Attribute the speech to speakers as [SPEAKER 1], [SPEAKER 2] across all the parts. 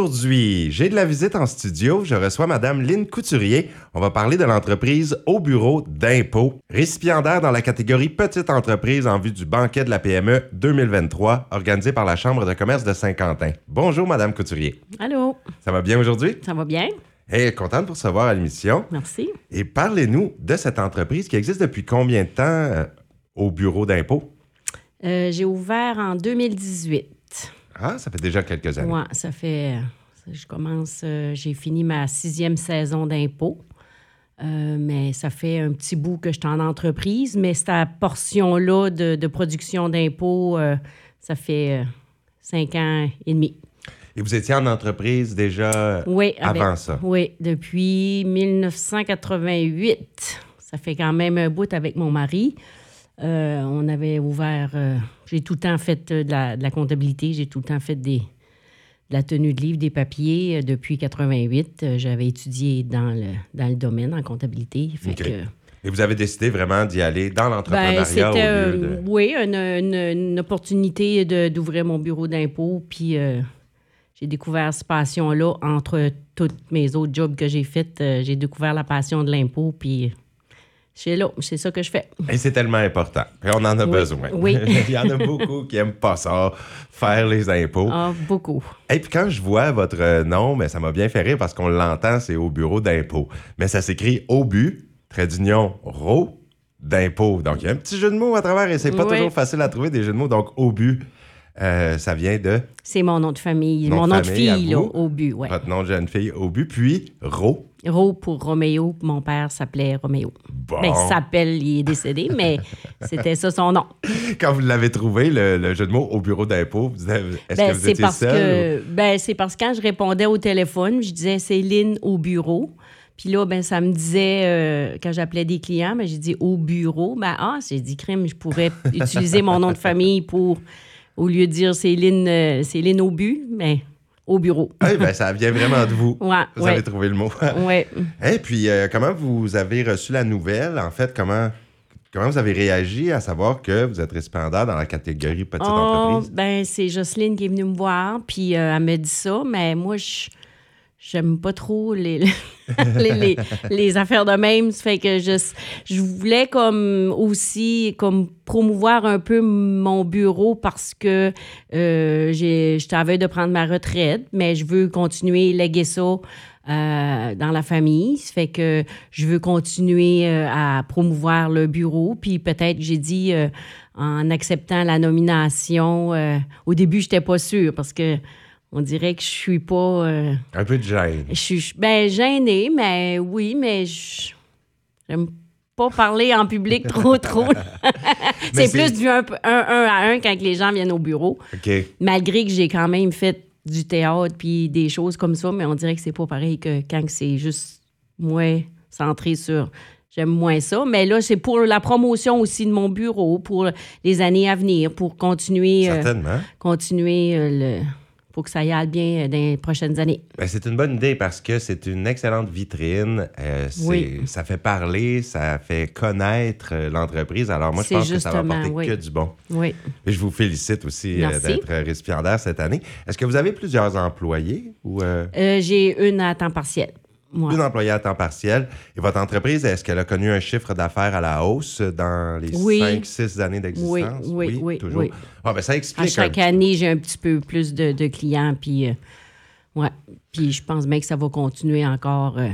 [SPEAKER 1] Aujourd'hui, j'ai de la visite en studio. Je reçois Madame Lynne Couturier. On va parler de l'entreprise Au Bureau d'impôts, récipiendaire dans la catégorie Petite entreprise en vue du banquet de la E PME 2023, organisé par la Chambre de commerce de Saint-Quentin. Bonjour, Madame Couturier.
[SPEAKER 2] Allô,
[SPEAKER 1] Ça va bien aujourd'hui?
[SPEAKER 2] ça va bien?
[SPEAKER 1] Et contente pour recevoir à l'émission.
[SPEAKER 2] Merci.
[SPEAKER 1] Et parlez-nous de cette entreprise qui existe depuis combien de temps euh, au Bureau d'impôts?
[SPEAKER 2] Euh, j'ai ouvert en 2018.
[SPEAKER 1] Ah, ça fait déjà quelques années.
[SPEAKER 2] Ouais, ça fait. Je commence, euh, j'ai fini ma sixième saison d'impôt. Euh, mais ça fait un petit bout que je suis en entreprise, mais cette portion-là de, de production d'impôts, euh, ça fait euh, cinq ans et demi.
[SPEAKER 1] Et vous étiez en entreprise déjà
[SPEAKER 2] Oui, avec-
[SPEAKER 1] avant ça.
[SPEAKER 2] Oui, depuis 1988. Ça fait quand même un bout avec mon mari. Euh, on avait ouvert. euh, j'ai tout le temps fait euh, de la, de la comptabilité, j'ai tout le temps fait des, de la tenue de livre, des papiers. Euh, Depuis 88, euh, j'avais étudié dans le, dans le domaine en comptabilité. Fait
[SPEAKER 1] OK.
[SPEAKER 2] que-
[SPEAKER 1] Et vous avez décidé vraiment d'y aller dans
[SPEAKER 2] ben,
[SPEAKER 1] l'entrepreneuriat
[SPEAKER 2] c'était,
[SPEAKER 1] au lieu de...
[SPEAKER 2] euh, oui, une, une- une opportunité de- d'ouvrir mon bureau d'impôt. Puis euh, j'ai découvert cette passion-là entre toutes mes autres jobs que j'ai faites. euh, j'ai découvert la passion de l'impôt. Puis c'est là, c'est ça que je fais.
[SPEAKER 1] Et c'est tellement important. Et on en a
[SPEAKER 2] Oui,
[SPEAKER 1] besoin.
[SPEAKER 2] oui.
[SPEAKER 1] Il y en a beaucoup qui aiment pas ça, faire les impôts.
[SPEAKER 2] Ah, beaucoup.
[SPEAKER 1] Et puis quand je vois votre euh, nom, mais ça m'a bien fait rire parce qu'on l'entend, c'est au bureau d'impôts. Mais ça s'écrit au but, trait d'union, ro, d'impôts. Donc il y a un petit jeu de mots à travers et c'est pas
[SPEAKER 2] Oui.
[SPEAKER 1] toujours facile à trouver des jeux de mots. Donc au but, euh, ça vient de
[SPEAKER 2] C'est mon nom de famille,
[SPEAKER 1] Nom
[SPEAKER 2] mon
[SPEAKER 1] de
[SPEAKER 2] nom de
[SPEAKER 1] famille, à
[SPEAKER 2] fille, là,
[SPEAKER 1] vous.
[SPEAKER 2] au but. Ouais.
[SPEAKER 1] votre nom de jeune fille, au but, puis ro.
[SPEAKER 2] Ro pour Roméo. Mon père s'appelait Roméo.
[SPEAKER 1] Bon.
[SPEAKER 2] Ben, il s'appelle, il est décédé, mais c'était ça son nom.
[SPEAKER 1] Quand vous l'avez trouvé, le, le jeu de mots au bureau d'impôts, vous avez- est-ce
[SPEAKER 2] Ben,
[SPEAKER 1] que vous
[SPEAKER 2] c'est
[SPEAKER 1] étiez
[SPEAKER 2] parce
[SPEAKER 1] seul?
[SPEAKER 2] que ben, c'est parce que quand je répondais au téléphone, je disais Céline au bureau. Puis là, ben, ça me disait, euh, quand j'appelais des clients, ben, j'ai dit au bureau. Ben, ah, j'ai dit crime, je pourrais utiliser mon nom de famille pour, au lieu de dire Céline, euh, Céline au but, mais au bureau.
[SPEAKER 1] Eh ben, ça vient vraiment de vous.
[SPEAKER 2] Ouais,
[SPEAKER 1] vous
[SPEAKER 2] ouais.
[SPEAKER 1] avez trouvé le mot.
[SPEAKER 2] Ouais.
[SPEAKER 1] Et puis, euh, comment vous avez reçu la nouvelle? En fait, comment, comment vous avez réagi à savoir que vous êtes récipiendaire dans la catégorie petite
[SPEAKER 2] Oh,
[SPEAKER 1] entreprise?
[SPEAKER 2] Ben, c'est Jocelyne qui est venue me voir, puis euh, elle me dit ça, mais moi, je j'aime pas trop les, les, les- les affaires de même. Ça fait que je, je voulais comme aussi comme promouvoir un peu mon bureau parce que euh, j'ai- j'étais à veille de prendre ma retraite, mais je veux continuer léguer ça euh, dans la famille. Ça fait que je veux continuer euh, à promouvoir le bureau. Puis peut-être, j'ai dit, euh, en acceptant la nomination, euh, au début, j'étais pas sûre parce que on dirait que je suis pas... euh,
[SPEAKER 1] Un peu de gêne.
[SPEAKER 2] je suis je- ben, gênée, mais oui, mais je- j'aime pas parler en public trop, trop.
[SPEAKER 1] Mais
[SPEAKER 2] c'est plus du un, un- un à un quand les gens viennent au bureau,
[SPEAKER 1] OK.
[SPEAKER 2] malgré que j'ai quand même fait du théâtre puis des choses comme ça, mais on dirait que c'est pas pareil que quand c'est juste moins centré sur. J'aime moins ça, mais là, c'est pour la promotion aussi de mon bureau, pour les années à venir, pour continuer, euh,
[SPEAKER 1] Certainement.
[SPEAKER 2] continuer euh, le, pour que ça y aille bien euh, dans les prochaines années.
[SPEAKER 1] Ben, c'est une bonne idée parce que c'est une excellente vitrine. Euh, c'est-
[SPEAKER 2] Oui.
[SPEAKER 1] Ça fait parler, ça fait connaître euh, l'entreprise. Alors, moi, je
[SPEAKER 2] C'est
[SPEAKER 1] pense que ça va
[SPEAKER 2] justement,
[SPEAKER 1] apporter
[SPEAKER 2] oui.
[SPEAKER 1] que du bon.
[SPEAKER 2] Oui.
[SPEAKER 1] Et je vous félicite aussi euh,
[SPEAKER 2] Merci.
[SPEAKER 1] d'être récipiendaire cette année. Est-ce que vous avez plusieurs employés ou euh,
[SPEAKER 2] Euh, j'ai une à temps partiel. Moi.
[SPEAKER 1] une employée à temps partiel. Et votre entreprise, est-ce qu'elle a connu un chiffre d'affaires à la hausse dans les
[SPEAKER 2] Oui.
[SPEAKER 1] 5-6 années d'existence?
[SPEAKER 2] Oui, oui, oui,
[SPEAKER 1] toujours.
[SPEAKER 2] oui.
[SPEAKER 1] Ah, ben, ça
[SPEAKER 2] À
[SPEAKER 1] explique. un
[SPEAKER 2] chaque
[SPEAKER 1] petit-
[SPEAKER 2] année, j'ai un petit peu plus de, de clients. Puis, euh, ouais. puis je pense bien que ça va continuer encore, euh,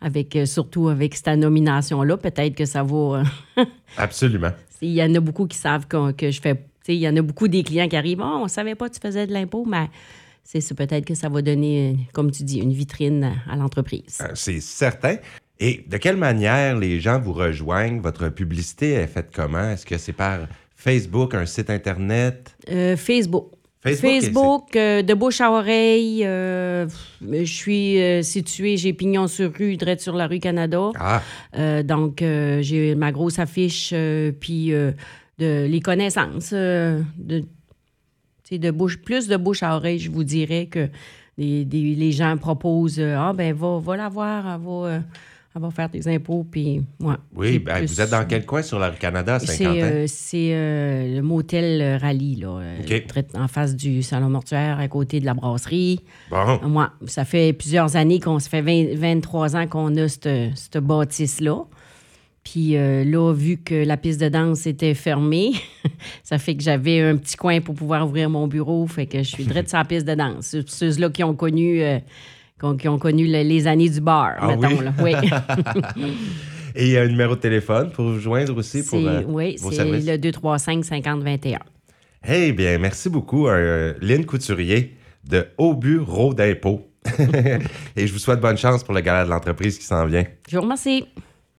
[SPEAKER 2] avec, euh, surtout avec cette nomination-là. Peut-être que ça va. euh,
[SPEAKER 1] Absolument.
[SPEAKER 2] Il y en a beaucoup qui savent qu'on- que je fais. tu sais, Il y en a beaucoup des clients qui arrivent. Ah, on savait pas que tu faisais de l'impôt, mais c'est c'est peut-être que ça va donner, euh, comme tu dis, une vitrine à- à l'entreprise.
[SPEAKER 1] Euh, C'est certain. Et de quelle manière les gens vous rejoignent? Votre publicité est faite comment? Est-ce que c'est par Facebook, un site Internet?
[SPEAKER 2] Euh, Facebook.
[SPEAKER 1] Facebook, et
[SPEAKER 2] Facebook, euh, de bouche à oreille. euh, je suis euh, située, j'ai pignon sur rue, direct sur la rue Canada.
[SPEAKER 1] Ah,
[SPEAKER 2] Euh, donc, euh, j'ai ma grosse affiche, euh, puis euh, de, les connaissances. euh, de, tu sais, de bouche, plus de bouche à oreille, je vous dirais que les, des- les gens proposent euh, Ah, ben, va, va la voir, elle va, euh, elle va faire des impôts, puis moi.
[SPEAKER 1] Oui, ben, vous êtes dans quel coin sur la rue Canada à
[SPEAKER 2] C'est
[SPEAKER 1] 50 ans?
[SPEAKER 2] euh, c'est, euh, le motel Rallye, là, euh,
[SPEAKER 1] OK.
[SPEAKER 2] très- en face du salon mortuaire, à côté de la brasserie.
[SPEAKER 1] Bon,
[SPEAKER 2] Moi, ça fait plusieurs années qu'on se fait 20 23 ans qu'on a cette, cette bâtisse-là. Puis euh, là, vu que la piste de danse était fermée, ça fait que j'avais un petit coin pour pouvoir ouvrir mon bureau. Fait que je suis drette sur la piste de danse. Ceux- Ceux-là qui ont connu, euh, qui ont- qui ont connu le- les années du bar,
[SPEAKER 1] Ah
[SPEAKER 2] mettons.
[SPEAKER 1] oui?
[SPEAKER 2] là. Oui,
[SPEAKER 1] et un numéro de téléphone pour vous joindre aussi pour
[SPEAKER 2] c'est
[SPEAKER 1] euh,
[SPEAKER 2] oui,
[SPEAKER 1] vos
[SPEAKER 2] c'est
[SPEAKER 1] services?
[SPEAKER 2] le 235-50-21.
[SPEAKER 1] Eh bien, merci beaucoup, euh, Lynn Couturier de Au Bureau d'impôts. Et je vous souhaite bonne chance pour le gala de l'entreprise qui s'en vient.
[SPEAKER 2] Je vous remercie.